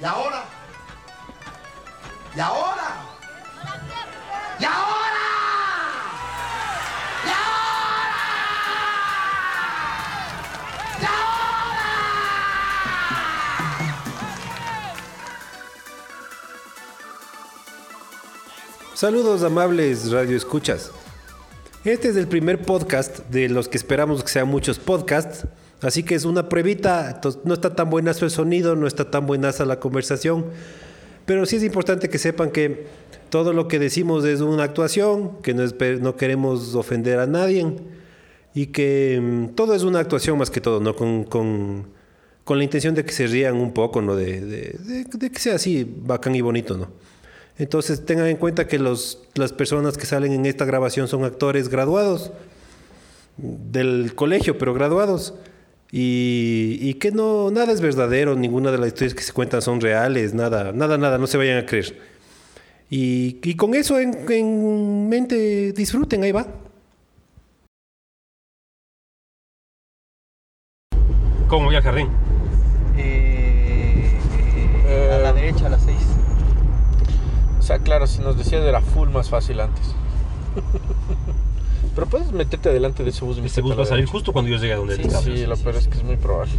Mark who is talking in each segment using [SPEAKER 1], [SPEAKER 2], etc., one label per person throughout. [SPEAKER 1] ¿Y ahora? ¿Y ahora? ¿Y ahora? ¿Y ahora? ¿Y ahora?
[SPEAKER 2] Saludos amables Radio Escuchas. Este es el primer podcast de los que esperamos que sean muchos podcasts. Así que es una pruebita. Entonces, no está tan buenazo el sonido, no está tan buenaza la conversación. Pero sí es importante que sepan que todo lo que decimos es una actuación, que no, espe- no queremos ofender a nadie y que mm, todo es una actuación más que todo, ¿no? Con, con- con la intención de que se rían un poco, ¿no? De, de- de- de que sea así bacán y bonito, ¿no? Entonces tengan en cuenta que los, las personas que salen en esta grabación son actores graduados del colegio, pero graduados. Y, y que no, nada es verdadero, ninguna de las historias que se cuentan son reales, nada, nada, nada, no se vayan a creer. Y, y con eso en, en mente disfruten, ahí va.
[SPEAKER 3] ¿Cómo voy al jardín?
[SPEAKER 4] Eh, eh, a la derecha, a las 6.
[SPEAKER 5] O sea, claro, si nos decías era full más fácil antes. Pero puedes meterte delante de ese bus. y
[SPEAKER 3] Este
[SPEAKER 5] meterte
[SPEAKER 3] bus
[SPEAKER 5] la
[SPEAKER 3] va a salir
[SPEAKER 5] derecha.
[SPEAKER 3] justo cuando yo llegue a donde
[SPEAKER 4] Sí,
[SPEAKER 3] él está. Pues,
[SPEAKER 5] Sí, lo peor es que es muy probable.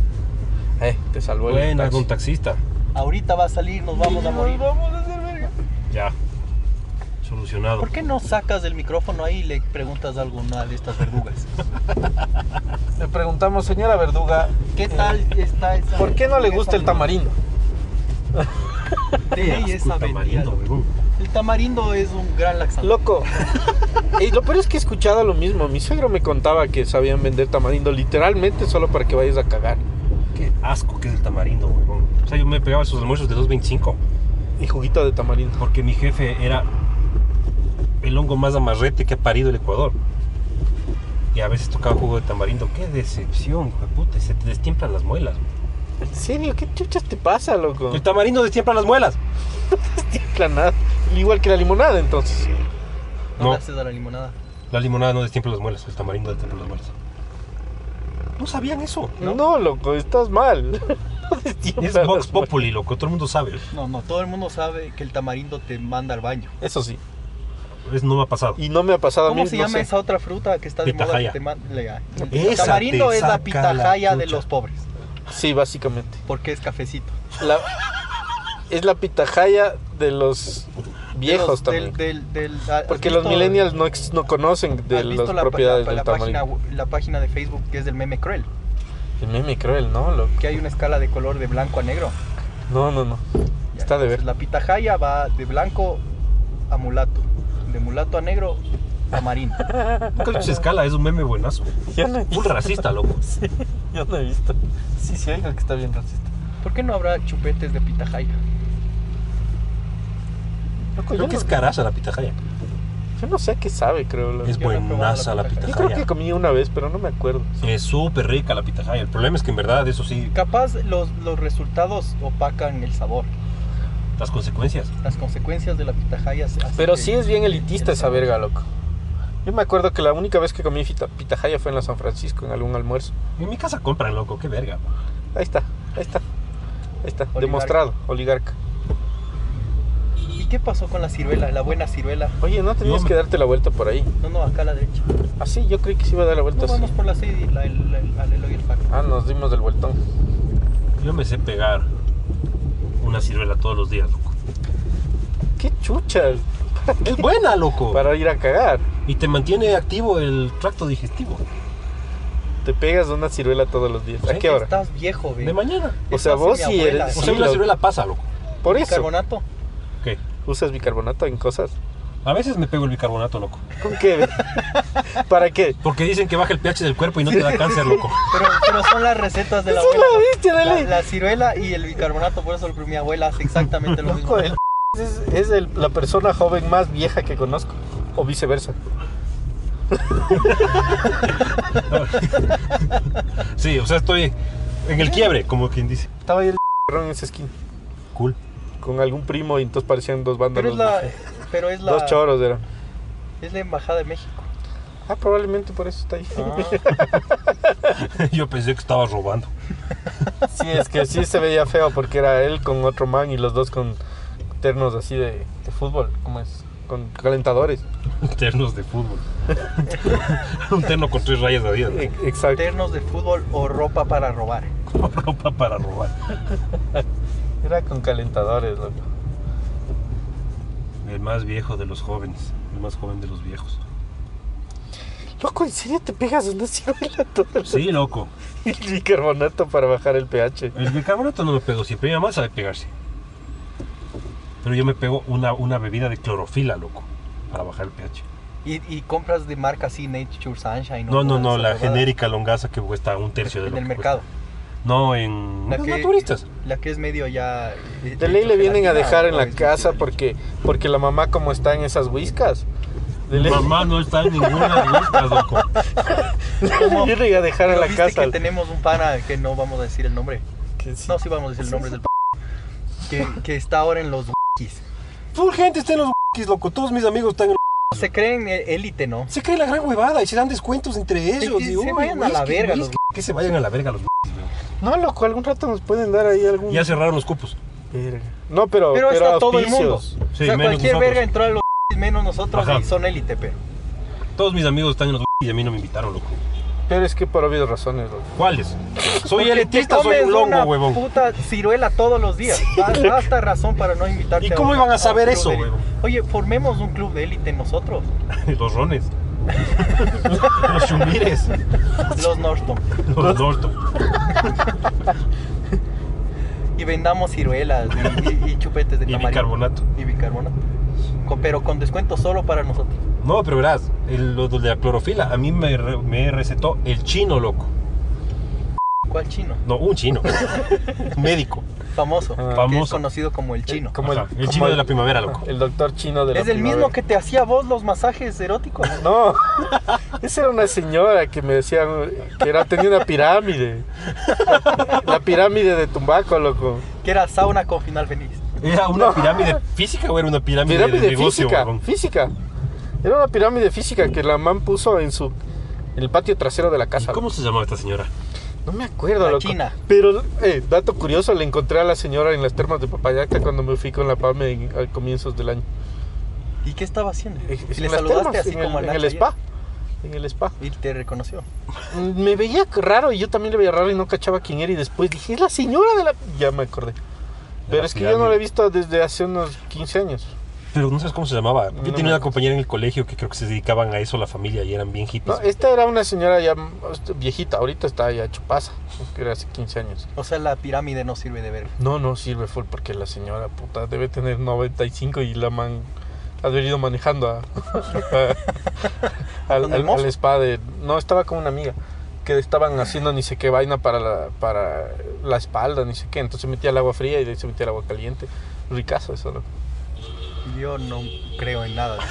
[SPEAKER 5] Eh, te salvó el
[SPEAKER 3] Bueno,
[SPEAKER 5] taxi.
[SPEAKER 3] algún taxista.
[SPEAKER 4] Ahorita va a salir, nos vamos a morir.
[SPEAKER 5] Vamos a hacer verga.
[SPEAKER 3] Ya. Solucionado.
[SPEAKER 4] ¿Por qué no sacas el micrófono ahí y le preguntas a alguna de estas verdugas?
[SPEAKER 5] Le preguntamos, señora Verduga,
[SPEAKER 4] ¿Qué tal está esa?
[SPEAKER 5] ¿por qué no le gusta el tamarindo?
[SPEAKER 4] De
[SPEAKER 3] Asco,
[SPEAKER 4] ahí esa
[SPEAKER 3] tamarindo,
[SPEAKER 4] vendida.
[SPEAKER 3] huevón.
[SPEAKER 4] El tamarindo es un gran laxante.
[SPEAKER 5] Loco. Y lo peor es que he escuchado lo mismo. Mi suegro me contaba que sabían vender tamarindo literalmente solo para que vayas a cagar.
[SPEAKER 3] Qué asco que es el tamarindo, huevón. O sea, yo me pegaba esos almuerzos de 2.25
[SPEAKER 5] Y juguito de tamarindo.
[SPEAKER 3] porque mi jefe era el hongo más amarrete que ha parido el Ecuador. Y a veces tocaba jugo de tamarindo. Qué decepción, hijo de puta. Se te destiemplan las muelas. huevón.
[SPEAKER 5] ¿En serio? ¿Qué chuchas te pasa, loco?
[SPEAKER 3] El tamarindo destiempla las muelas.
[SPEAKER 5] Planada. Igual que la limonada, entonces.
[SPEAKER 4] No,
[SPEAKER 3] No.
[SPEAKER 4] le haces a la limonada.
[SPEAKER 3] La limonada no destiempla las muelas. El tamarindo destiempla las muelas. No sabían eso.
[SPEAKER 5] No, loco, estás mal.
[SPEAKER 3] Es Vox Populi, loco, todo el mundo sabe.
[SPEAKER 4] No, no, todo el mundo sabe que el tamarindo te manda al baño.
[SPEAKER 5] Eso sí.
[SPEAKER 3] Es, no me ha pasado.
[SPEAKER 5] Y no me ha pasado a
[SPEAKER 4] ¿Cómo
[SPEAKER 5] mí.
[SPEAKER 4] se
[SPEAKER 5] no
[SPEAKER 4] llama
[SPEAKER 5] sé.
[SPEAKER 4] esa otra fruta que está de moda
[SPEAKER 3] Pitahaya.
[SPEAKER 4] que te manda? Le- ah, El
[SPEAKER 3] Esa
[SPEAKER 4] tamarindo
[SPEAKER 3] te
[SPEAKER 4] es la
[SPEAKER 3] saca
[SPEAKER 4] pitajaya
[SPEAKER 3] la
[SPEAKER 4] de
[SPEAKER 3] chucha.
[SPEAKER 4] los pobres,
[SPEAKER 5] Sí, básicamente.
[SPEAKER 4] porque es cafecito.
[SPEAKER 5] La- Es la pitajaya de los viejos
[SPEAKER 4] Los
[SPEAKER 5] también.
[SPEAKER 4] Del, del, del- ¿has
[SPEAKER 5] Porque los
[SPEAKER 4] visto-
[SPEAKER 5] millennials no, ex- no conocen de
[SPEAKER 4] ¿has visto
[SPEAKER 5] las
[SPEAKER 4] la-
[SPEAKER 5] propiedades
[SPEAKER 4] la, la
[SPEAKER 5] del
[SPEAKER 4] página,
[SPEAKER 5] tamarindo.
[SPEAKER 4] la página de Facebook que es del meme cruel,
[SPEAKER 5] El meme cruel, ¿no? Loco?
[SPEAKER 4] que hay una escala de color de blanco a negro.
[SPEAKER 5] No, no, no.
[SPEAKER 4] Ya,
[SPEAKER 5] Está de
[SPEAKER 4] entonces,
[SPEAKER 5] ver.
[SPEAKER 4] La pitahaya va de blanco a mulato, de mulato a negro a marino.
[SPEAKER 3] Nunca he hecho esa escala, es un meme buenazo.
[SPEAKER 5] Yo no he
[SPEAKER 3] Un
[SPEAKER 5] visto.
[SPEAKER 3] racista, loco.
[SPEAKER 5] Yo no he visto. Sí, sí, oigo que está bien racista.
[SPEAKER 4] ¿Por qué no habrá chupetes de pitahaya?
[SPEAKER 5] Loco, yo,
[SPEAKER 3] Creo que
[SPEAKER 5] no,
[SPEAKER 3] es caraza la pitajaya.
[SPEAKER 5] yo no sé a qué sabe, creo. loco.
[SPEAKER 3] Es
[SPEAKER 4] Yo no he
[SPEAKER 3] buenaza la
[SPEAKER 4] probado la
[SPEAKER 5] Yo creo que
[SPEAKER 3] pitajaya.
[SPEAKER 5] comí una vez, pero no me acuerdo.
[SPEAKER 3] Es súper rica la pitajaya. El problema es que en verdad eso sí,
[SPEAKER 4] Capaz los, los resultados opacan el sabor.
[SPEAKER 3] las consecuencias.
[SPEAKER 4] Las consecuencias de la pitahaya. se- hacen
[SPEAKER 5] Pero
[SPEAKER 4] que-
[SPEAKER 5] sí es bien
[SPEAKER 4] que-
[SPEAKER 5] elitista esa verga, loco. Yo me acuerdo que la única vez que comí fita- pitahaya fue en la San Francisco, en algún almuerzo.
[SPEAKER 3] En mi casa compran, loco, qué verga.
[SPEAKER 5] Ahí está, ahí está. Ahí está,
[SPEAKER 4] Oligarca.
[SPEAKER 5] demostrado, oligarca.
[SPEAKER 4] ¿Y qué pasó con la ciruela, la buena ciruela?
[SPEAKER 5] Oye, no tenías
[SPEAKER 3] me-
[SPEAKER 5] que darte la vuelta por ahí.
[SPEAKER 4] No, no, acá a la derecha.
[SPEAKER 5] Así, yo creí que se iba a dar la vuelta
[SPEAKER 4] No
[SPEAKER 5] así.
[SPEAKER 4] vamos por la seis y la, el- el- al Elo y el Fac.
[SPEAKER 5] Ah, nos dimos del vueltón.
[SPEAKER 3] Yo me sé pegar una ciruela todos los días, loco.
[SPEAKER 5] ¡Qué chuchas!
[SPEAKER 3] Es buena, loco.
[SPEAKER 5] Para ir a cagar.
[SPEAKER 3] Y te mantiene activo el tracto digestivo.
[SPEAKER 5] Te pegas una ciruela todos los días. ¿A
[SPEAKER 3] Sí,
[SPEAKER 5] qué hora?
[SPEAKER 4] Estás viejo, ve.
[SPEAKER 3] De mañana.
[SPEAKER 5] O sea,
[SPEAKER 4] Eso hace
[SPEAKER 5] vos
[SPEAKER 4] mi
[SPEAKER 5] sí
[SPEAKER 4] abuela.
[SPEAKER 5] eres.
[SPEAKER 3] O
[SPEAKER 5] sí,
[SPEAKER 3] sea, una
[SPEAKER 5] lo-
[SPEAKER 3] ciruela pasa, loco.
[SPEAKER 5] Por eso.
[SPEAKER 4] Bicarbonato.
[SPEAKER 3] ¿Qué?
[SPEAKER 5] ¿Usas bicarbonato en cosas?
[SPEAKER 3] A veces me pego el bicarbonato, loco.
[SPEAKER 5] ¿Con qué? ¿Para qué?
[SPEAKER 3] Porque dicen que baja el pH del cuerpo y no te da cáncer, loco.
[SPEAKER 4] Pero, pero son las recetas de la
[SPEAKER 5] Eso es
[SPEAKER 4] abuela.
[SPEAKER 5] la bestia,
[SPEAKER 4] La,
[SPEAKER 5] dale.
[SPEAKER 4] la ciruela y el bicarbonato, por eso mi abuela hace exactamente lo mismo.
[SPEAKER 5] Loco, el es, es el- la persona joven más vieja que conozco. O viceversa.
[SPEAKER 3] Sí, o sea, estoy en el quiebre, como quien dice.
[SPEAKER 5] Estaba ahí el en esa esquina.
[SPEAKER 3] Cool.
[SPEAKER 5] Con algún primo y entonces parecían dos bandas.
[SPEAKER 4] Pero es la, pero es
[SPEAKER 5] Dos
[SPEAKER 4] la,
[SPEAKER 5] choros eran.
[SPEAKER 4] es la embajada de México.
[SPEAKER 5] Ah, probablemente por eso está ahí.
[SPEAKER 3] Yo pensé que estaba robando.
[SPEAKER 5] Sí, es que sí se veía feo porque era él con otro man y los dos con ternos así de, de fútbol, ¿cómo es? Con calentadores.
[SPEAKER 3] Ternos de fútbol. un terno con tres rayas de Adidas.
[SPEAKER 5] E- Exacto.
[SPEAKER 4] Ternos de fútbol o ropa para robar.
[SPEAKER 3] Con ropa para robar.
[SPEAKER 5] Era con calentadores, loco.
[SPEAKER 3] El más viejo de los jóvenes. El más joven de los viejos.
[SPEAKER 5] Loco, ¿en serio te pegas una ciruela toda la-
[SPEAKER 3] Sí, loco.
[SPEAKER 5] y bicarbonato para bajar el pH?
[SPEAKER 3] El bicarbonato no me pego siempre. Mi mamá sabe pegarse. Pero yo me pego una, una bebida de clorofila, loco. Para bajar el pH.
[SPEAKER 4] Y, y compras de marca así, Nature Sunshine.
[SPEAKER 3] No, no,
[SPEAKER 4] todas
[SPEAKER 3] no.
[SPEAKER 4] esas
[SPEAKER 3] La
[SPEAKER 4] huevadas.
[SPEAKER 3] genérica longaza que cuesta un tercio de
[SPEAKER 4] En
[SPEAKER 3] lo
[SPEAKER 4] el
[SPEAKER 3] que
[SPEAKER 4] mercado.
[SPEAKER 3] cuesta. No, en...
[SPEAKER 4] La
[SPEAKER 3] los
[SPEAKER 4] que-
[SPEAKER 3] naturistas.
[SPEAKER 4] La que es medio ya. eh,
[SPEAKER 5] De ley le vienen a dejar en
[SPEAKER 4] gelatina,
[SPEAKER 5] la
[SPEAKER 4] ¿no?
[SPEAKER 5] casa porque, porque la mamá como está en esas whiskas. De ley
[SPEAKER 3] Mamá no está en ninguna de estas, loco.
[SPEAKER 5] le vienen a dejar en
[SPEAKER 4] Pero
[SPEAKER 5] la
[SPEAKER 4] viste
[SPEAKER 5] casa.
[SPEAKER 4] que tenemos un pana que no vamos a decir el nombre.
[SPEAKER 5] que sí.
[SPEAKER 4] No, sí vamos a decir el nombre es del p. Que, que está ahora en los wikis.
[SPEAKER 3] Full gente está en los loco. Todos mis amigos están en
[SPEAKER 4] Se creen eh, élite, ¿no?
[SPEAKER 3] Se cree la gran huevada y se dan descuentos entre ellos.
[SPEAKER 4] que
[SPEAKER 3] y,
[SPEAKER 4] se
[SPEAKER 3] uy,
[SPEAKER 4] vayan a la
[SPEAKER 3] whisky,
[SPEAKER 4] verga los
[SPEAKER 3] whisky. Que se vayan a la verga los
[SPEAKER 5] No, loco, algún rato nos pueden dar ahí algún.
[SPEAKER 3] Ya cerraron los cupos.
[SPEAKER 5] Verga. No, pero,
[SPEAKER 4] Pero ahí está todo el mundo.
[SPEAKER 5] auspicios.
[SPEAKER 3] Sí,
[SPEAKER 4] o sea,
[SPEAKER 3] menos
[SPEAKER 4] cualquier
[SPEAKER 3] nosotros.
[SPEAKER 4] verga entró a los wikis menos nosotros
[SPEAKER 3] Ajá.
[SPEAKER 4] y son élite, pero.
[SPEAKER 3] Todos mis amigos están en los y a mí no me invitaron, loco.
[SPEAKER 5] Pero es que por obvias razones, loco.
[SPEAKER 3] ¿Cuáles? Soy
[SPEAKER 4] Porque
[SPEAKER 3] elitista,
[SPEAKER 4] te
[SPEAKER 3] soy
[SPEAKER 4] comes
[SPEAKER 3] un longo,
[SPEAKER 4] una
[SPEAKER 3] huevón.
[SPEAKER 4] puta ciruela todos los días. Ba- Basta razón para no invitarte
[SPEAKER 3] ¿Y
[SPEAKER 4] a
[SPEAKER 3] cómo
[SPEAKER 4] un-
[SPEAKER 3] iban a
[SPEAKER 4] un
[SPEAKER 3] saber
[SPEAKER 4] club
[SPEAKER 3] eso,
[SPEAKER 4] de-
[SPEAKER 3] huevón?
[SPEAKER 4] Oye, formemos un club de élite nosotros.
[SPEAKER 3] Los rones. los chumires.
[SPEAKER 4] Los Norton.
[SPEAKER 3] Los norton.
[SPEAKER 4] Y vendamos ciruelas y, y- y chupetes de
[SPEAKER 3] Y
[SPEAKER 4] tamarindo.
[SPEAKER 3] bicarbonato.
[SPEAKER 4] Y bicarbonato. Con- pero con descuento solo para nosotros.
[SPEAKER 3] No, pero verás, el, lo de la clorofila, a mí me, re- me recetó el chino, loco.
[SPEAKER 4] ¿Cuál chino?
[SPEAKER 3] No, un chino. Un médico.
[SPEAKER 4] Famoso. que es
[SPEAKER 3] Ah, famoso. Eh,
[SPEAKER 4] conocido como el chino.
[SPEAKER 5] Como el-
[SPEAKER 3] Ajá, el
[SPEAKER 5] como
[SPEAKER 3] chino de
[SPEAKER 5] el-
[SPEAKER 3] la primavera, loco.
[SPEAKER 5] El doctor chino de la
[SPEAKER 4] Es el mismo
[SPEAKER 5] primavera.
[SPEAKER 4] que te hacía a vos los masajes eróticos.
[SPEAKER 5] No, esa era una señora que me decía que era, tenía una pirámide. La pirámide de Tumbaco, loco.
[SPEAKER 4] Que era sauna con final feliz.
[SPEAKER 3] ¿Era una pirámide física o era una pirámide, de
[SPEAKER 5] Pirámide
[SPEAKER 3] negocio,
[SPEAKER 5] física,
[SPEAKER 3] huevón?
[SPEAKER 5] física. Era una pirámide física que la man puso en su en el patio trasero de la
[SPEAKER 3] ¿Y
[SPEAKER 5] casa.
[SPEAKER 3] ¿Cómo se llamaba esta señora?
[SPEAKER 5] No me acuerdo,
[SPEAKER 4] La
[SPEAKER 5] loco.
[SPEAKER 4] china.
[SPEAKER 5] Pero, eh, dato curioso, le encontré a la señora en las termas de Papayacta cuando me fui con la PAME en- a comienzos del año.
[SPEAKER 4] ¿Y qué estaba haciendo?
[SPEAKER 5] En
[SPEAKER 4] Y le
[SPEAKER 5] las
[SPEAKER 4] saludaste
[SPEAKER 5] termas,
[SPEAKER 4] así
[SPEAKER 5] en
[SPEAKER 4] como
[SPEAKER 5] el,
[SPEAKER 4] al
[SPEAKER 5] en el
[SPEAKER 4] Nacho ayer.
[SPEAKER 5] spa. En el spa.
[SPEAKER 4] Y te reconoció.
[SPEAKER 5] Me veía raro y yo también le veía raro y no cachaba quién era. Y después dije, es la señora de la. Ya me acordé. Pero
[SPEAKER 3] la
[SPEAKER 5] es que yo no
[SPEAKER 3] pirámide.
[SPEAKER 5] la he visto desde hace unos 15 años.
[SPEAKER 3] Pero no sabes cómo se llamaba. Yo
[SPEAKER 5] No
[SPEAKER 3] tenía
[SPEAKER 5] me-
[SPEAKER 3] una compañera en el colegio que creo que se dedicaban a eso la familia y eran bien hippies.
[SPEAKER 5] No, eh, esta era una señora ya este, viejita, ahorita está ya chupasa, que era hace 15 años.
[SPEAKER 4] O sea, la pirámide no sirve de verga.
[SPEAKER 5] No, no sirve full porque la señora puta debe tener 95 y la man ha venido manejando a, al,
[SPEAKER 4] ¿Con el
[SPEAKER 5] al-
[SPEAKER 4] mozo?
[SPEAKER 5] al spa de- No, estaba con una amiga que estaban haciendo ni sé qué vaina para la, para la espalda, ni sé qué. Entonces metía el agua fría y de ahí se metía el agua caliente. Ricazo eso, loco.
[SPEAKER 4] Yo no creo en nada. de eso.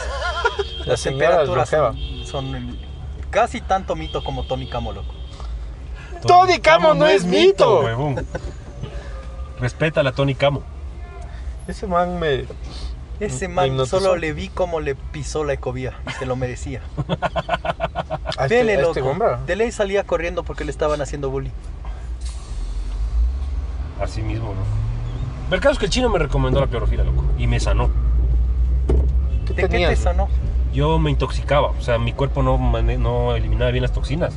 [SPEAKER 5] La
[SPEAKER 4] Las
[SPEAKER 5] señora
[SPEAKER 4] temperaturas
[SPEAKER 5] es longeva.
[SPEAKER 4] son, son casi tanto mito como Tony Camoloco.
[SPEAKER 5] Tony Camo no es mito.
[SPEAKER 3] huevón. Respeta a la Tony Camo.
[SPEAKER 5] Ese man me...
[SPEAKER 4] Ese
[SPEAKER 5] Me
[SPEAKER 4] man
[SPEAKER 5] hipnotizó.
[SPEAKER 4] solo le vi cómo le pisó la ecovía. y Se lo merecía.
[SPEAKER 5] a este-
[SPEAKER 4] Dele,
[SPEAKER 5] a este
[SPEAKER 4] loco.
[SPEAKER 5] hombre.
[SPEAKER 4] de ley salía corriendo porque le estaban haciendo bullying.
[SPEAKER 3] Así mismo, ¿no? Pero el caso es que el chino me recomendó la clorofila, loco. Y me sanó.
[SPEAKER 5] ¿Qué
[SPEAKER 4] ¿De qué
[SPEAKER 5] tenías,
[SPEAKER 4] te
[SPEAKER 5] loco?
[SPEAKER 4] sanó?
[SPEAKER 3] Yo me intoxicaba. O sea, mi cuerpo no, mane- no eliminaba bien las toxinas.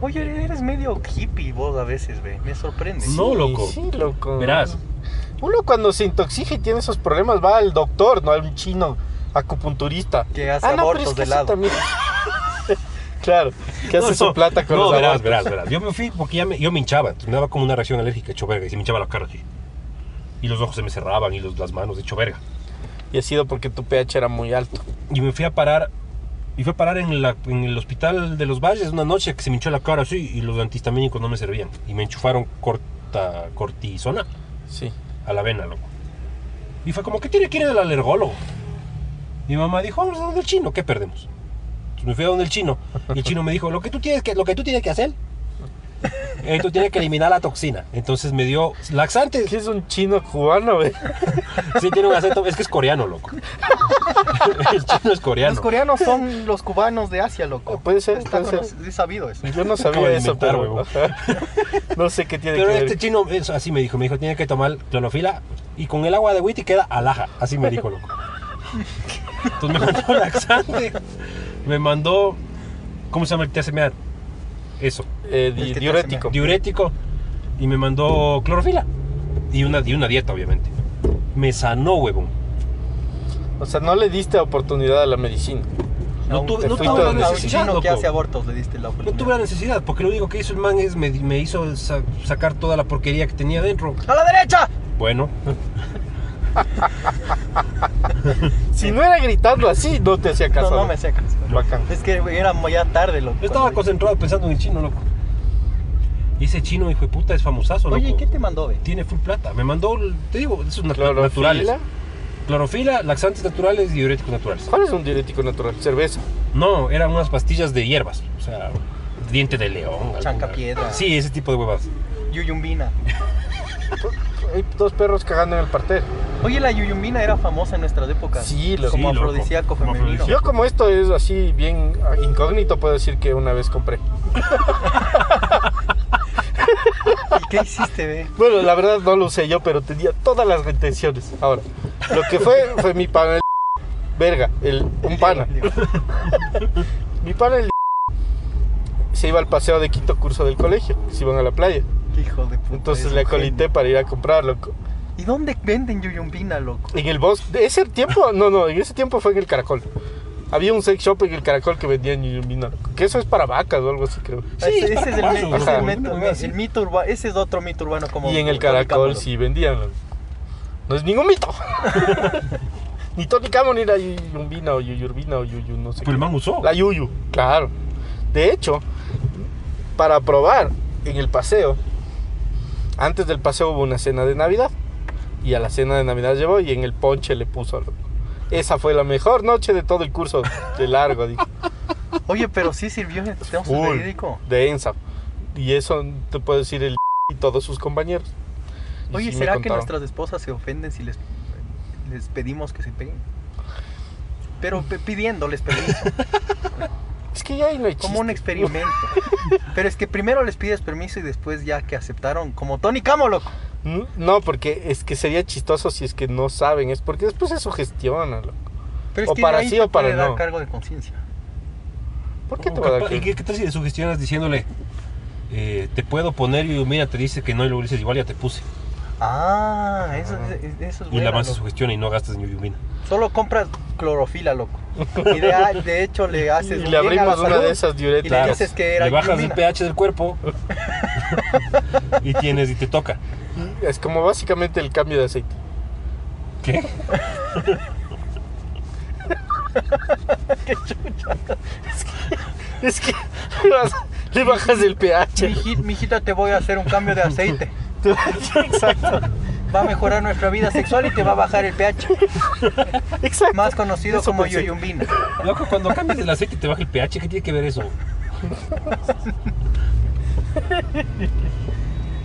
[SPEAKER 4] Oye, eres medio hippie vos a veces, ve. Me sorprende.
[SPEAKER 3] No,
[SPEAKER 5] Sí,
[SPEAKER 3] loco.
[SPEAKER 5] Sí, loco.
[SPEAKER 3] Verás.
[SPEAKER 5] Uno cuando se intoxica y tiene esos problemas va al doctor, no al chino acupunturista. Ah,
[SPEAKER 4] Que hace abortos de
[SPEAKER 5] ese
[SPEAKER 4] lado.
[SPEAKER 5] también- claro, que hace
[SPEAKER 3] No,
[SPEAKER 5] su
[SPEAKER 3] no.
[SPEAKER 5] plata con
[SPEAKER 3] No,
[SPEAKER 5] los
[SPEAKER 3] verás,
[SPEAKER 5] abortos.
[SPEAKER 3] verás, verás. Yo me fui porque ya me, yo me hinchaba. Entonces me daba como una reacción alérgica hecho verga. Y se me hinchaba la cara así. Y los ojos se me cerraban y los- las manos hecho verga.
[SPEAKER 5] Y ha sido porque tu pH era muy alto.
[SPEAKER 3] y me fui a parar y fui a parar en, la- en el hospital de los valles una noche que se me hinchó la cara así y los antihistamínicos no me servían y me enchufaron corta cortisona
[SPEAKER 5] Sí.
[SPEAKER 3] a la vena loco y fue como ¿qué tiene que ir el alergólogo? mi mamá dijo vamos a donde el chino ¿qué perdemos? Entonces me fui a donde el chino y el chino me dijo lo que tú tienes que lo que tú tienes que hacer Entonces tiene que eliminar la toxina. Entonces me dio laxantes.
[SPEAKER 5] ¿Qué es un chino cubano, güey?
[SPEAKER 3] Sí, tiene un acento. Es que es coreano, loco. El chino es coreano.
[SPEAKER 4] Los coreanos son los cubanos de Asia, loco.
[SPEAKER 5] Puede ser,
[SPEAKER 4] Está
[SPEAKER 5] puede ser.
[SPEAKER 4] cono- es sabido eso.
[SPEAKER 5] Yo no
[SPEAKER 3] Acabo
[SPEAKER 5] sabía
[SPEAKER 3] de
[SPEAKER 5] eso,
[SPEAKER 3] inventar,
[SPEAKER 5] pero
[SPEAKER 3] huevo.
[SPEAKER 5] no sé qué tiene
[SPEAKER 3] Pero
[SPEAKER 5] que ver.
[SPEAKER 3] este chino, eso, así me dijo, me dijo, tiene que tomar clorofila y con el agua de witty queda alhaja. Así me dijo, loco. Entonces me mandó laxante. Me mandó, ¿cómo se llama el TSMA? Eso,
[SPEAKER 5] Eh, di-
[SPEAKER 4] El que te
[SPEAKER 5] diurético.
[SPEAKER 3] diurético. Y me mandó clorofila. Y una, y una dieta, obviamente. Me sanó, huevón.
[SPEAKER 5] O sea, no le diste oportunidad a la medicina.
[SPEAKER 3] No,
[SPEAKER 4] A un-
[SPEAKER 3] tuve,
[SPEAKER 5] te
[SPEAKER 3] no
[SPEAKER 5] fuiste
[SPEAKER 3] tuve la
[SPEAKER 5] donde-
[SPEAKER 4] a un
[SPEAKER 3] necesidad,
[SPEAKER 4] chino que
[SPEAKER 3] loco.
[SPEAKER 4] hace abortos le diste la
[SPEAKER 3] No
[SPEAKER 4] oportunidad.
[SPEAKER 3] tuve la necesidad, porque lo único que hizo el man es me, me hizo sa- sacar toda la porquería que tenía dentro.
[SPEAKER 4] ¡A la derecha!
[SPEAKER 3] Bueno,
[SPEAKER 5] Si no era gritando así, no te hacía
[SPEAKER 4] No,
[SPEAKER 5] caso.
[SPEAKER 4] no me secas.
[SPEAKER 5] Bacán.
[SPEAKER 4] Es que güey, era ya tarde, loco.
[SPEAKER 3] yo estaba concentrado pensando en el chino, loco. Y ese chino, hijo de puta, es famosazo, loco.
[SPEAKER 4] Oye, ¿y qué te mandó, ve?
[SPEAKER 3] Tiene full plata. Me mandó, te digo, esos nat-
[SPEAKER 5] Clorofila.
[SPEAKER 3] naturales. Clorofila, laxantes naturales y diuréticos naturales.
[SPEAKER 5] ¿Cuál es un diurético natural? Cerveza.
[SPEAKER 3] No, eran unas pastillas de hierbas. O sea, diente de león. alguna-
[SPEAKER 4] Chancapiedra.
[SPEAKER 3] Sí, ese tipo de huevas.
[SPEAKER 4] Yuyumbina.
[SPEAKER 5] Hay dos perros cagando en el parter.
[SPEAKER 4] Oye, la yuyumbina era famosa en nuestras épocas.
[SPEAKER 5] Sí, loco.
[SPEAKER 4] Como
[SPEAKER 3] Sí, loco.
[SPEAKER 4] afrodisíaco
[SPEAKER 3] Como
[SPEAKER 4] femenino.
[SPEAKER 5] Yo como esto es así bien incógnito, puedo decir que una vez compré.
[SPEAKER 4] ¿Y qué hiciste, ve?
[SPEAKER 5] Bueno, la verdad no lo usé yo, pero tenía todas las intenciones. Ahora, lo que fue fue mi pana el verga, el, un pana. Mi pana el se iba al paseo de quinto curso del colegio, se iban a la playa.
[SPEAKER 4] Hijo de puta.
[SPEAKER 5] Entonces
[SPEAKER 4] eres
[SPEAKER 5] le
[SPEAKER 4] un
[SPEAKER 5] acolité
[SPEAKER 4] genio.
[SPEAKER 5] para ir a comprar, loco.
[SPEAKER 4] ¿Y dónde venden yuyumbina, loco?
[SPEAKER 5] En el bosque, de ese tiempo, no, no, en ese tiempo fue en el Caracol. Había un sex shop en el Caracol que vendían yuyumbina, loco. que eso es para vacas o algo así, creo.
[SPEAKER 3] Sí,
[SPEAKER 4] ese, ese es el,
[SPEAKER 3] paso,
[SPEAKER 4] me- ese es el
[SPEAKER 5] loco.
[SPEAKER 4] mito-
[SPEAKER 3] Una vez.
[SPEAKER 4] el mito urbano. Ese es otro mito urbano como.
[SPEAKER 5] Y en el
[SPEAKER 4] como
[SPEAKER 5] caracol
[SPEAKER 4] Cámara.
[SPEAKER 5] sí vendían. loco. No es ningún mito. ni Tony Camo, ni la Yuyumbina o Yuyurbina o Yuyu, Pues no sé.
[SPEAKER 3] Pero
[SPEAKER 5] qué.
[SPEAKER 3] el man usó.
[SPEAKER 5] La Yuyu, claro. De hecho, para probar en el paseo, antes del paseo hubo una cena de Navidad. Y a la cena de Navidad llevó y en el ponche le puso. loco. Esa fue la mejor noche de todo el curso de largo, dijo.
[SPEAKER 4] Oye, pero sí sirvió. ¿eh? Tenemos un
[SPEAKER 5] Full,
[SPEAKER 4] periódico.
[SPEAKER 5] de ENSA. Y eso te puedo decir el y todos sus compañeros. Y
[SPEAKER 4] Oye,
[SPEAKER 5] sí me
[SPEAKER 4] ¿será que
[SPEAKER 5] contaron.
[SPEAKER 4] nuestras esposas se ofenden si les, les pedimos que se peguen? Pero pe- pidiéndoles permiso,
[SPEAKER 5] Es que ya ahí no hay
[SPEAKER 4] como un
[SPEAKER 5] chiste.
[SPEAKER 4] experimento. Pero es que primero les pides permiso y después ya que aceptaron, como Tony Camo, loco.
[SPEAKER 5] N- No, porque es que sería chistoso si es que no saben, es porque después se sugestiona, loco.
[SPEAKER 4] Pero es
[SPEAKER 5] O
[SPEAKER 4] que
[SPEAKER 5] para
[SPEAKER 4] ahí
[SPEAKER 5] sí
[SPEAKER 4] te
[SPEAKER 5] o para
[SPEAKER 4] puede dar
[SPEAKER 5] no.
[SPEAKER 4] cargo de conciencia.
[SPEAKER 5] ¿Por qué te
[SPEAKER 3] O
[SPEAKER 5] va a
[SPEAKER 3] capaz-
[SPEAKER 5] dar
[SPEAKER 3] ¿Y
[SPEAKER 5] que-
[SPEAKER 3] qué, qué tal si le sugestionas diciéndole, eh, te puedo poner y mira, te dice que no y luego le dices, igual ya te puse?
[SPEAKER 4] Ah, eso, es- eso es
[SPEAKER 3] Y la
[SPEAKER 4] bueno.
[SPEAKER 3] man se sugestiona y no gastas en yuyumina.
[SPEAKER 4] Solo compras clorofila, loco. Y de, ah, de hecho le haces
[SPEAKER 5] Y
[SPEAKER 4] un
[SPEAKER 5] le
[SPEAKER 4] bien a la
[SPEAKER 5] abrimos una
[SPEAKER 4] salud.
[SPEAKER 5] de esas
[SPEAKER 4] Y
[SPEAKER 5] diuretas.
[SPEAKER 4] le dices que era
[SPEAKER 3] Le bajas el
[SPEAKER 4] yuyumina.
[SPEAKER 3] pH del cuerpo y tienes y te toca.
[SPEAKER 5] Es como básicamente el cambio de aceite.
[SPEAKER 3] ¿Qué?
[SPEAKER 5] Es que le vas- le bajas el pH.
[SPEAKER 4] Miji- Mijita, te voy a hacer un cambio de aceite.
[SPEAKER 5] Exacto.
[SPEAKER 4] Va a mejorar nuestra vida sexual y te va a bajar el pH.
[SPEAKER 5] Exacto.
[SPEAKER 4] más conocido
[SPEAKER 5] Eso
[SPEAKER 4] como
[SPEAKER 5] pensé.
[SPEAKER 4] Yoyumbina.
[SPEAKER 3] Loco, cuando cambias el aceite y te baja el pH, ¿qué tiene que ver eso?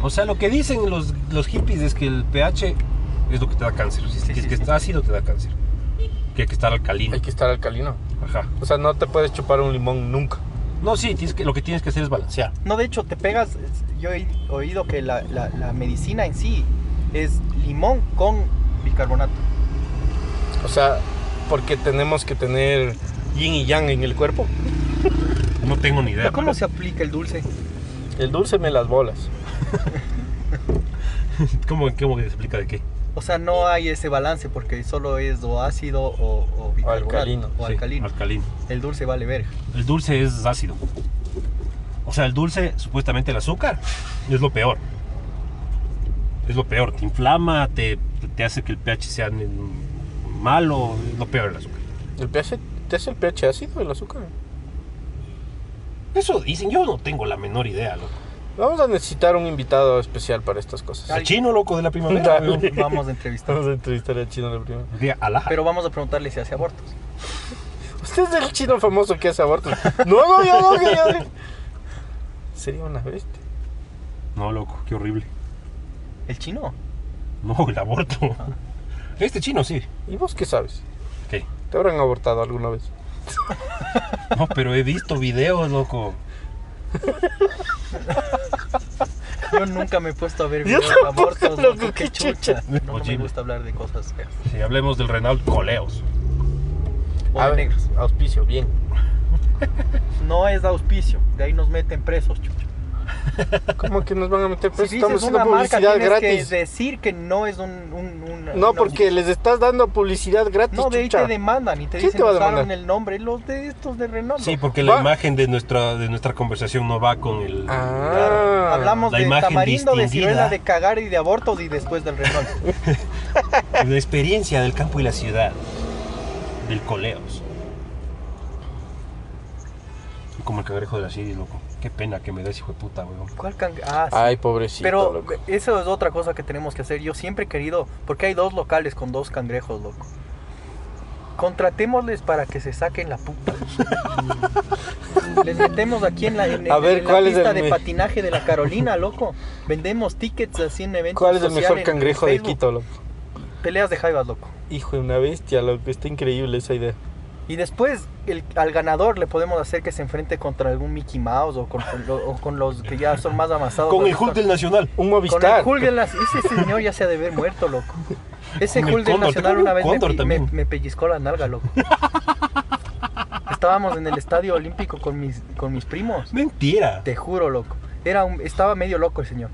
[SPEAKER 3] O sea, lo que dicen los, los hippies es que el pH es lo que te da cáncer. Si es
[SPEAKER 4] Sí,
[SPEAKER 3] que,
[SPEAKER 4] sí,
[SPEAKER 3] que
[SPEAKER 4] sí.
[SPEAKER 3] está ácido te da cáncer. Que hay que estar alcalino.
[SPEAKER 5] Hay que estar alcalino.
[SPEAKER 3] Ajá.
[SPEAKER 5] O sea, no te puedes chupar un limón nunca.
[SPEAKER 3] No, sí, tienes que, lo que tienes que hacer es balancear.
[SPEAKER 4] No, de hecho, te pegas. es- Yo he oído que la, la- la medicina en sí es limón con bicarbonato.
[SPEAKER 5] O sea, porque tenemos que tener yin y yang en el cuerpo.
[SPEAKER 3] No tengo ni idea.
[SPEAKER 4] ¿Pero ¿Cómo se aplica el dulce?
[SPEAKER 5] El dulce me las bolas.
[SPEAKER 3] ¿Cómo, cómo que se explica de qué?
[SPEAKER 4] O sea, no hay ese balance porque solo es o ácido o, o bicarbonato.
[SPEAKER 5] alcalino,
[SPEAKER 4] o
[SPEAKER 3] Sí,
[SPEAKER 4] alcalino.
[SPEAKER 3] alcalino.
[SPEAKER 4] El dulce vale verga.
[SPEAKER 3] El dulce es ácido. O sea, el dulce, supuestamente el azúcar, es lo peor. Es lo peor. Te inflama, te, te hace que el pH sea mm, malo. Es lo peor el azúcar.
[SPEAKER 5] ¿El pH te hace el pH ácido el azúcar?
[SPEAKER 3] Eso dicen, yo no tengo la menor idea, loco.
[SPEAKER 5] Vamos a necesitar un invitado especial para estas cosas.
[SPEAKER 3] El chino, loco, de la primavera.
[SPEAKER 5] Dale.
[SPEAKER 3] weón.
[SPEAKER 4] Vamos a entrevistar.
[SPEAKER 5] Vamos a entrevistar al chino de primero.
[SPEAKER 3] Diga, alá.
[SPEAKER 4] Pero vamos a preguntarle si hace abortos.
[SPEAKER 5] Usted es el chino famoso que hace abortos. No, no, yo no, que yo no. Sería una bestia.
[SPEAKER 3] No, loco, qué horrible.
[SPEAKER 4] ¿El chino?
[SPEAKER 3] No, el aborto. Este chino sí.
[SPEAKER 5] ¿Y vos qué sabes?
[SPEAKER 3] ¿Qué?
[SPEAKER 5] ¿Te habrán abortado alguna vez?
[SPEAKER 3] No, pero he visto videos, loco.
[SPEAKER 4] Yo nunca me he puesto a ver
[SPEAKER 5] Yo
[SPEAKER 4] videos
[SPEAKER 5] tampoco,
[SPEAKER 4] abortos,
[SPEAKER 5] loco,
[SPEAKER 4] loco, qué
[SPEAKER 5] qué
[SPEAKER 4] chucha.
[SPEAKER 3] chucha.
[SPEAKER 4] No, no me
[SPEAKER 3] Oye.
[SPEAKER 4] gusta hablar de cosas feas.
[SPEAKER 3] Si hablemos del Renault Coleos.
[SPEAKER 4] O
[SPEAKER 5] A
[SPEAKER 4] de
[SPEAKER 5] ver,
[SPEAKER 4] negros.
[SPEAKER 5] Auspicio, bien.
[SPEAKER 4] No es auspicio, de ahí nos meten presos, chucha.
[SPEAKER 5] ¿Cómo que nos van a meter presos?
[SPEAKER 4] Si
[SPEAKER 5] Estamos
[SPEAKER 4] dices
[SPEAKER 5] haciendo
[SPEAKER 4] una marca,
[SPEAKER 5] publicidad
[SPEAKER 4] tienes
[SPEAKER 5] gratis.
[SPEAKER 4] que decir que no es un... un- un-
[SPEAKER 5] No,
[SPEAKER 4] un
[SPEAKER 5] porque les estás dando publicidad gratis.
[SPEAKER 4] No, de ahí
[SPEAKER 5] chucha.
[SPEAKER 4] te demandan y te
[SPEAKER 5] ¿Quién
[SPEAKER 4] dicen
[SPEAKER 5] te va a
[SPEAKER 4] usaron
[SPEAKER 5] demandar?
[SPEAKER 4] el nombre. Los de estos de Renault.
[SPEAKER 3] Sí,
[SPEAKER 4] loco.
[SPEAKER 3] porque la
[SPEAKER 5] Va.
[SPEAKER 3] imagen de nuestra, de nuestra conversación no va con el.
[SPEAKER 5] Ah.
[SPEAKER 3] Claro.
[SPEAKER 4] Hablamos
[SPEAKER 3] La
[SPEAKER 4] de
[SPEAKER 3] imagen
[SPEAKER 4] tamarindo, de
[SPEAKER 3] distinguida.
[SPEAKER 4] ciruela, de cagar y de abortos y después del Renault.
[SPEAKER 3] La experiencia del campo y la ciudad. Del Coleos. Soy Como el cangrejo de la serie, loco. Qué pena que me des, hijo de puta, weón.
[SPEAKER 4] ¿Cuál can- Ah, sí.
[SPEAKER 5] Ay, pobrecito.
[SPEAKER 4] Pero
[SPEAKER 5] loco.
[SPEAKER 4] eso es otra cosa que tenemos que hacer. Yo siempre he querido, porque hay dos locales con dos cangrejos, loco. Contratémosles para que se saquen la puta. Les metemos aquí en la, en-
[SPEAKER 5] A
[SPEAKER 4] en-
[SPEAKER 5] ver,
[SPEAKER 4] en
[SPEAKER 5] ¿cuál
[SPEAKER 4] la
[SPEAKER 5] es
[SPEAKER 4] pista
[SPEAKER 5] el
[SPEAKER 4] de
[SPEAKER 5] me-
[SPEAKER 4] patinaje de la Carolina, loco. Vendemos tickets así en eventos.
[SPEAKER 5] ¿Cuál es el
[SPEAKER 4] sociales,
[SPEAKER 5] mejor cangrejo
[SPEAKER 4] en
[SPEAKER 5] de
[SPEAKER 4] Facebook.
[SPEAKER 5] Quito, loco?
[SPEAKER 4] Peleas de jaivas, loco.
[SPEAKER 5] Hijo de una bestia, loco. Está increíble esa idea.
[SPEAKER 4] Y después el- al ganador le podemos hacer que se enfrente contra algún Mickey Mouse o con, con lo- o con los que ya son más avanzados.
[SPEAKER 3] Con el
[SPEAKER 4] Con-
[SPEAKER 3] Hulk del Nacional.
[SPEAKER 5] Un
[SPEAKER 4] Con el
[SPEAKER 5] Movistar.
[SPEAKER 4] Hulk del Nacional. Ese señor ya se ha de ver muerto, loco. Ese
[SPEAKER 3] Con el
[SPEAKER 4] Hulk del
[SPEAKER 3] cóndor,
[SPEAKER 4] Nacional
[SPEAKER 3] tengo
[SPEAKER 4] una
[SPEAKER 3] un
[SPEAKER 4] vez me,
[SPEAKER 3] cóndor
[SPEAKER 4] pi- me,
[SPEAKER 3] también.
[SPEAKER 4] me pellizcó la nalga, loco. Estábamos en el estadio olímpico con mis, con mis primos.
[SPEAKER 3] Mentira.
[SPEAKER 4] Te juro, loco. Era un- estaba medio loco el señor.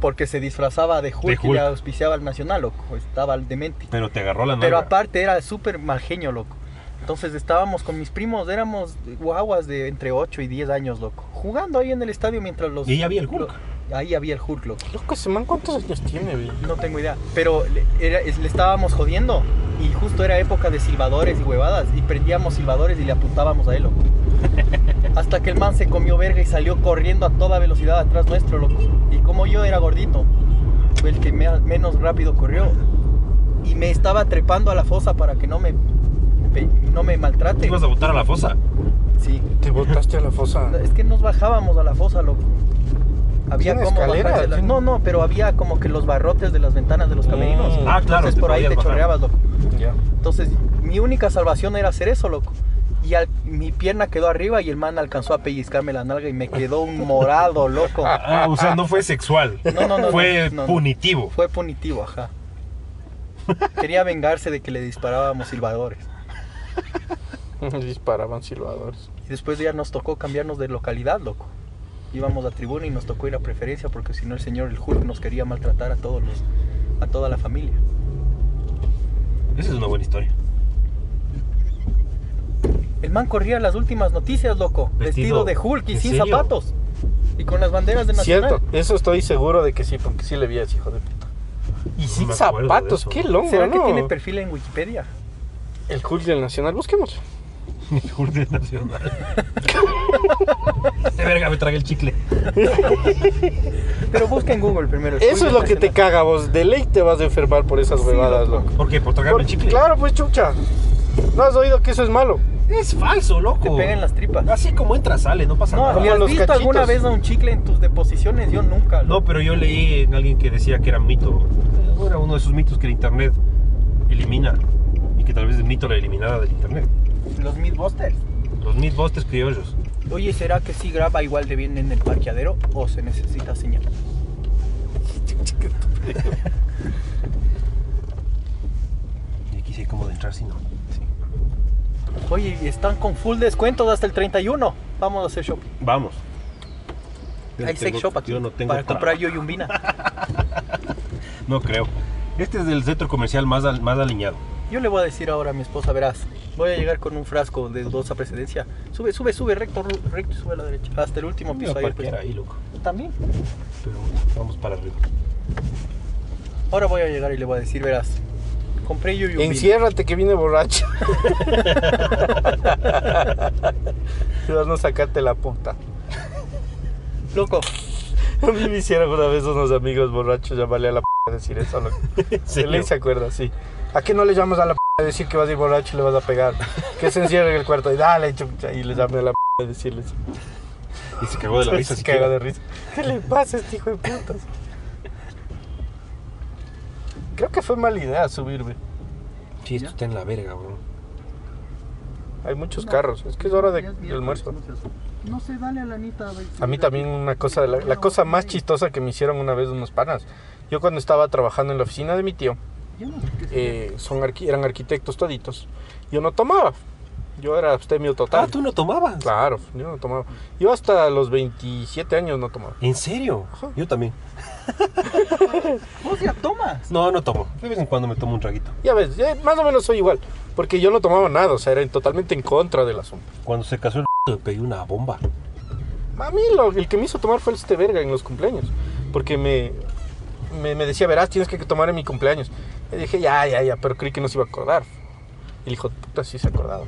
[SPEAKER 4] Porque se disfrazaba de Hulk,
[SPEAKER 3] De
[SPEAKER 4] y le
[SPEAKER 3] Hulk.
[SPEAKER 4] auspiciaba al Nacional, loco. Estaba al demente.
[SPEAKER 3] Pero te agarró la nalga.
[SPEAKER 4] Pero aparte era súper mal genio, loco. Entonces estábamos con mis primos, éramos guaguas de entre 8 y 10 años, loco. Jugando ahí en el estadio mientras los...
[SPEAKER 3] Y ahí había el Hulk.
[SPEAKER 4] lo- ahí había el Hulk, loco.
[SPEAKER 5] Loco, ese man, ¿cuántos años tiene, güey?
[SPEAKER 4] No tengo idea. Pero le, era- es- le estábamos jodiendo y justo era época de silbadores y huevadas. Y prendíamos silbadores y le apuntábamos a él, loco. Hasta que el man se comió verga y salió corriendo a toda velocidad atrás nuestro, loco. Y como yo era gordito, fue el que me- menos rápido corrió. Y me estaba trepando a la fosa para que no me, pe- no me
[SPEAKER 3] ¿Te
[SPEAKER 4] maltrate.
[SPEAKER 3] ibas a botar a la fosa?
[SPEAKER 4] Sí.
[SPEAKER 5] Te botaste a la fosa.
[SPEAKER 4] No, Es que nos bajábamos a la fosa, loco. Había
[SPEAKER 5] ¿Tiene
[SPEAKER 4] como
[SPEAKER 5] escalera?
[SPEAKER 4] bajarse la-
[SPEAKER 5] ¿Tiene-
[SPEAKER 4] No, no, pero había como que los barrotes de las ventanas de los camerinos.
[SPEAKER 5] Mm.
[SPEAKER 3] Ah, claro,
[SPEAKER 4] Entonces
[SPEAKER 3] te
[SPEAKER 4] por ahí
[SPEAKER 3] podías
[SPEAKER 4] te
[SPEAKER 3] bajar.
[SPEAKER 4] chorreabas, loco.
[SPEAKER 5] Ya.
[SPEAKER 4] Entonces mi única salvación era hacer eso, loco. Y al- mi pierna quedó arriba y el man alcanzó a pellizcarme la nalga y me quedó un morado, loco.
[SPEAKER 3] Ah, o sea, no fue sexual.
[SPEAKER 4] No, no, no,
[SPEAKER 3] Fue
[SPEAKER 4] no, no.
[SPEAKER 3] punitivo.
[SPEAKER 4] Fue punitivo, ajá. Quería vengarse de que le disparábamos silbadores.
[SPEAKER 5] Disparaban silbadores.
[SPEAKER 4] Y después ya nos tocó cambiarnos de localidad, loco. Íbamos a tribuna y nos tocó ir a preferencia porque si no el señor el Hulk nos quería maltratar a todos los a toda la familia.
[SPEAKER 3] Esa es una buena historia.
[SPEAKER 4] El man corría las últimas noticias, loco,
[SPEAKER 3] Vestido-
[SPEAKER 4] vestido, de Hulk y
[SPEAKER 3] ¿en
[SPEAKER 4] sin
[SPEAKER 3] serio?
[SPEAKER 4] zapatos y con las banderas de Nacional.
[SPEAKER 5] Cierto, eso estoy seguro de que sí, porque sí le vi a ese hijo de puta. Y sin
[SPEAKER 3] me acuerdo de
[SPEAKER 5] zapatos,
[SPEAKER 3] eso.
[SPEAKER 5] qué longo,
[SPEAKER 4] ¿Será
[SPEAKER 5] ¿no?
[SPEAKER 4] que tiene perfil en Wikipedia?
[SPEAKER 5] El Hulk del Nacional, busquemos.
[SPEAKER 3] El Hulk del Nacional. De verga, me tragué el chicle.
[SPEAKER 4] Pero busca en Google primero. el
[SPEAKER 5] Eso
[SPEAKER 4] Hulk
[SPEAKER 5] es lo que te
[SPEAKER 4] Nacional.
[SPEAKER 5] caga vos. De ley te vas a enfermar por esas
[SPEAKER 4] Sí,
[SPEAKER 5] huevadas,
[SPEAKER 4] loco.
[SPEAKER 5] loco.
[SPEAKER 3] ¿Por qué? ¿Por tragarme el
[SPEAKER 5] Por-
[SPEAKER 3] chicle?
[SPEAKER 5] Claro, pues chucha. ¿No has oído que eso es malo?
[SPEAKER 3] Es falso, loco.
[SPEAKER 4] Te pegan las tripas.
[SPEAKER 3] Así como entra, sale, no pasa
[SPEAKER 4] No,
[SPEAKER 3] nada.
[SPEAKER 5] Ah, Como
[SPEAKER 4] ¿le has
[SPEAKER 5] los
[SPEAKER 4] visto alguna
[SPEAKER 5] cachitos.
[SPEAKER 4] vez a un chicle en tus deposiciones? Yo nunca.
[SPEAKER 3] No, pero yo leí en alguien que decía que era mito. Era uno de esos mitos que el internet elimina. Y que tal vez el mito la eliminada del internet.
[SPEAKER 4] Los Mythbusters.
[SPEAKER 3] Los Mythbusters criollos.
[SPEAKER 4] Oye, ¿será que sí graba igual de bien en el parqueadero o se necesita señal?
[SPEAKER 3] Y aquí sí hay como de entrar, si no.
[SPEAKER 4] Oye, y están con full descuentos hasta el 31. Vamos a hacer shopping.
[SPEAKER 3] Vamos. Yo
[SPEAKER 4] Hay
[SPEAKER 3] no
[SPEAKER 4] sex
[SPEAKER 3] tengo-
[SPEAKER 4] shop aquí
[SPEAKER 3] Yo no tengo
[SPEAKER 4] para
[SPEAKER 3] tra-
[SPEAKER 4] comprar yo yumbina.
[SPEAKER 3] No creo. Este es del centro comercial más, al- más alineado.
[SPEAKER 4] Yo le voy a decir ahora a mi esposa, verás, voy a llegar con un frasco de dudosa precedencia. Sube, sube, sube, recto, ru- recto, y sube a la derecha. Hasta el último
[SPEAKER 3] Voy a
[SPEAKER 4] piso ahí. pues.
[SPEAKER 3] parquear ahí, loco.
[SPEAKER 4] También.
[SPEAKER 3] Pero vamos para arriba.
[SPEAKER 4] Ahora voy a llegar y le voy a decir, verás, compré yo yumbina.
[SPEAKER 5] Enciérrate que viene borracho. Te vas a sacarte la puta.
[SPEAKER 4] Loco,
[SPEAKER 5] A mí me hicieron una vez unos amigos borrachos llamarle a la p decir eso. Loco. Se
[SPEAKER 3] serio?
[SPEAKER 5] le se acuerda, sí. ¿A qué no le llamas a la p a decir que vas a ir borracho y le vas a pegar? Que se encierre en el cuarto y dale, chucha. Y le llame a la p a decirles.
[SPEAKER 3] Y se cagó de la risa.
[SPEAKER 5] Se
[SPEAKER 3] así
[SPEAKER 5] caga
[SPEAKER 3] que-
[SPEAKER 5] de risa. ¿Qué le pasa a este hijo de putas? Creo que fue mala idea subirme.
[SPEAKER 3] Sí, esto está en la verga, bro.
[SPEAKER 5] Hay muchos carros. Es que es hora de del almuerzo.
[SPEAKER 4] No sé, dale a la Anita. ver si-
[SPEAKER 5] A mí también una cosa, la, la cosa más chistosa que me hicieron una vez unos panas. Yo cuando estaba trabajando en la oficina de mi tío,
[SPEAKER 4] Yo no sé qué es.
[SPEAKER 5] eh, son arqui- eran arquitectos toditos. Yo no tomaba. Yo era abstemio
[SPEAKER 3] Ah,
[SPEAKER 5] total.
[SPEAKER 3] tú no tomabas.
[SPEAKER 5] Claro, yo no tomaba. Yo hasta los 27 años no tomaba.
[SPEAKER 3] ¿En serio? Yo también.
[SPEAKER 4] Vos Oh, ya tomas.
[SPEAKER 3] No, no tomo. De vez en cuando me tomo un traguito.
[SPEAKER 5] Ya ves, ya más o menos soy igual. Porque yo no tomaba nada, o sea, era en- totalmente en contra del asunto.
[SPEAKER 3] Cuando se casó el le pedí una bomba.
[SPEAKER 5] A mí lo, el que me hizo tomar fue este verga en los cumpleaños. Porque me, me, me decía, verás, tienes que tomar en mi cumpleaños. Y dije, ya, ya, ya, pero creí que no se iba a acordar. Y el hijo de puta sí se ha acordado.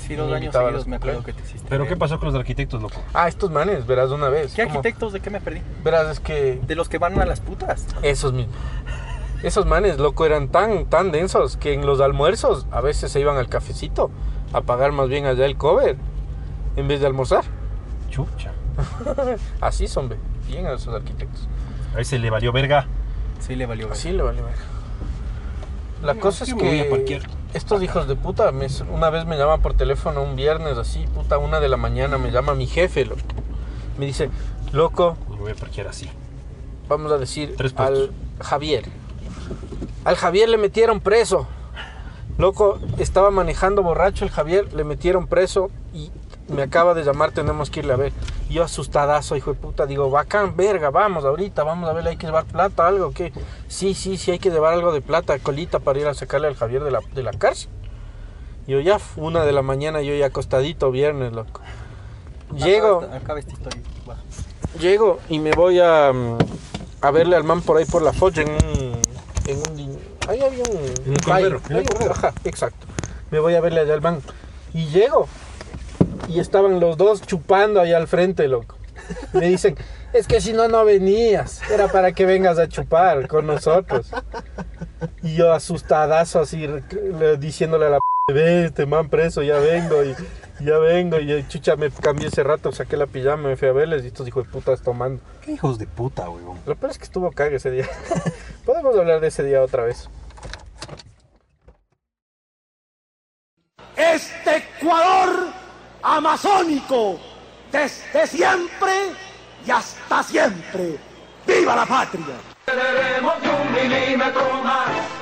[SPEAKER 4] Sí,
[SPEAKER 5] Me
[SPEAKER 4] dos años
[SPEAKER 5] invitaba a los
[SPEAKER 4] seguidos me acuerdo que
[SPEAKER 5] cumpleaños.
[SPEAKER 4] te hiciste.
[SPEAKER 3] ¿Pero
[SPEAKER 4] ver.
[SPEAKER 3] qué pasó con los arquitectos, loco?
[SPEAKER 5] Ah, estos manes, verás de una vez.
[SPEAKER 4] ¿Qué
[SPEAKER 5] ¿Cómo?
[SPEAKER 4] arquitectos? ¿De qué me perdí?
[SPEAKER 5] Verás, es que
[SPEAKER 4] De los que van a las putas.
[SPEAKER 5] Esos mismos. Esos manes, loco, eran tan, tan densos que en los almuerzos a veces se iban al cafecito a pagar más bien allá el cover en vez de almorzar.
[SPEAKER 3] Chucha.
[SPEAKER 5] Así son, ve. Bien a esos arquitectos.
[SPEAKER 3] A ese le valió verga.
[SPEAKER 4] Sí, le valió.
[SPEAKER 5] Así le vale ver. La
[SPEAKER 3] Yo-
[SPEAKER 5] cosa es
[SPEAKER 3] yo Mm, me voy a
[SPEAKER 5] que
[SPEAKER 3] parquear.
[SPEAKER 5] estos hijos de puta, me- una vez me llaman por teléfono un viernes así, puta, una de la mañana, me llama mi jefe, loco. Me dice, loco,
[SPEAKER 3] Me voy a parquear así.
[SPEAKER 5] vamos a decir,
[SPEAKER 3] Tres puestos.
[SPEAKER 5] al Javier. Al Javier le metieron preso. Loco, estaba manejando borracho el Javier, le metieron preso y me acaba de llamar, tenemos que irle a ver. Y Yo asustadazo, hijo de puta, digo, bacán, verga, vamos ahorita, vamos a verle, hay que llevar plata, algo, que Sí, sí, sí, hay que llevar algo de plata, colita, para ir a sacarle al Javier de la, de la cárcel. Yo ya, una de la mañana, yo ya acostadito, viernes, loco. Llego,
[SPEAKER 4] Acaba esta, acaba esta historia. Baja.
[SPEAKER 5] Llego y me voy a, mm, a verle al man por ahí por la folla en un. En un di- ahí había un.
[SPEAKER 3] En un
[SPEAKER 5] hay-
[SPEAKER 3] cordero, en
[SPEAKER 5] hay
[SPEAKER 3] un
[SPEAKER 5] un-
[SPEAKER 3] cordero.
[SPEAKER 5] ajá, exacto. Me voy a verle allá al man. Y llego. Y estaban los dos chupando ahí al frente, loco. Me dicen, es que si no, no venías. Era para que vengas a chupar con nosotros. Y yo asustadazo así, re- le- diciéndole a la p- ve este man preso, ya vengo y ya vengo. Y eh, chucha, me cambié ese rato, saqué la pijama, me fui a verles y estos hijos de putas tomando.
[SPEAKER 3] Qué hijos de puta, weón.
[SPEAKER 5] Lo peor es que estuvo cague ese día. Podemos hablar de ese día otra vez.
[SPEAKER 6] este Ecuador amazónico, desde siempre y hasta siempre. ¡Viva la patria!
[SPEAKER 7] Tenemos ni un milímetro más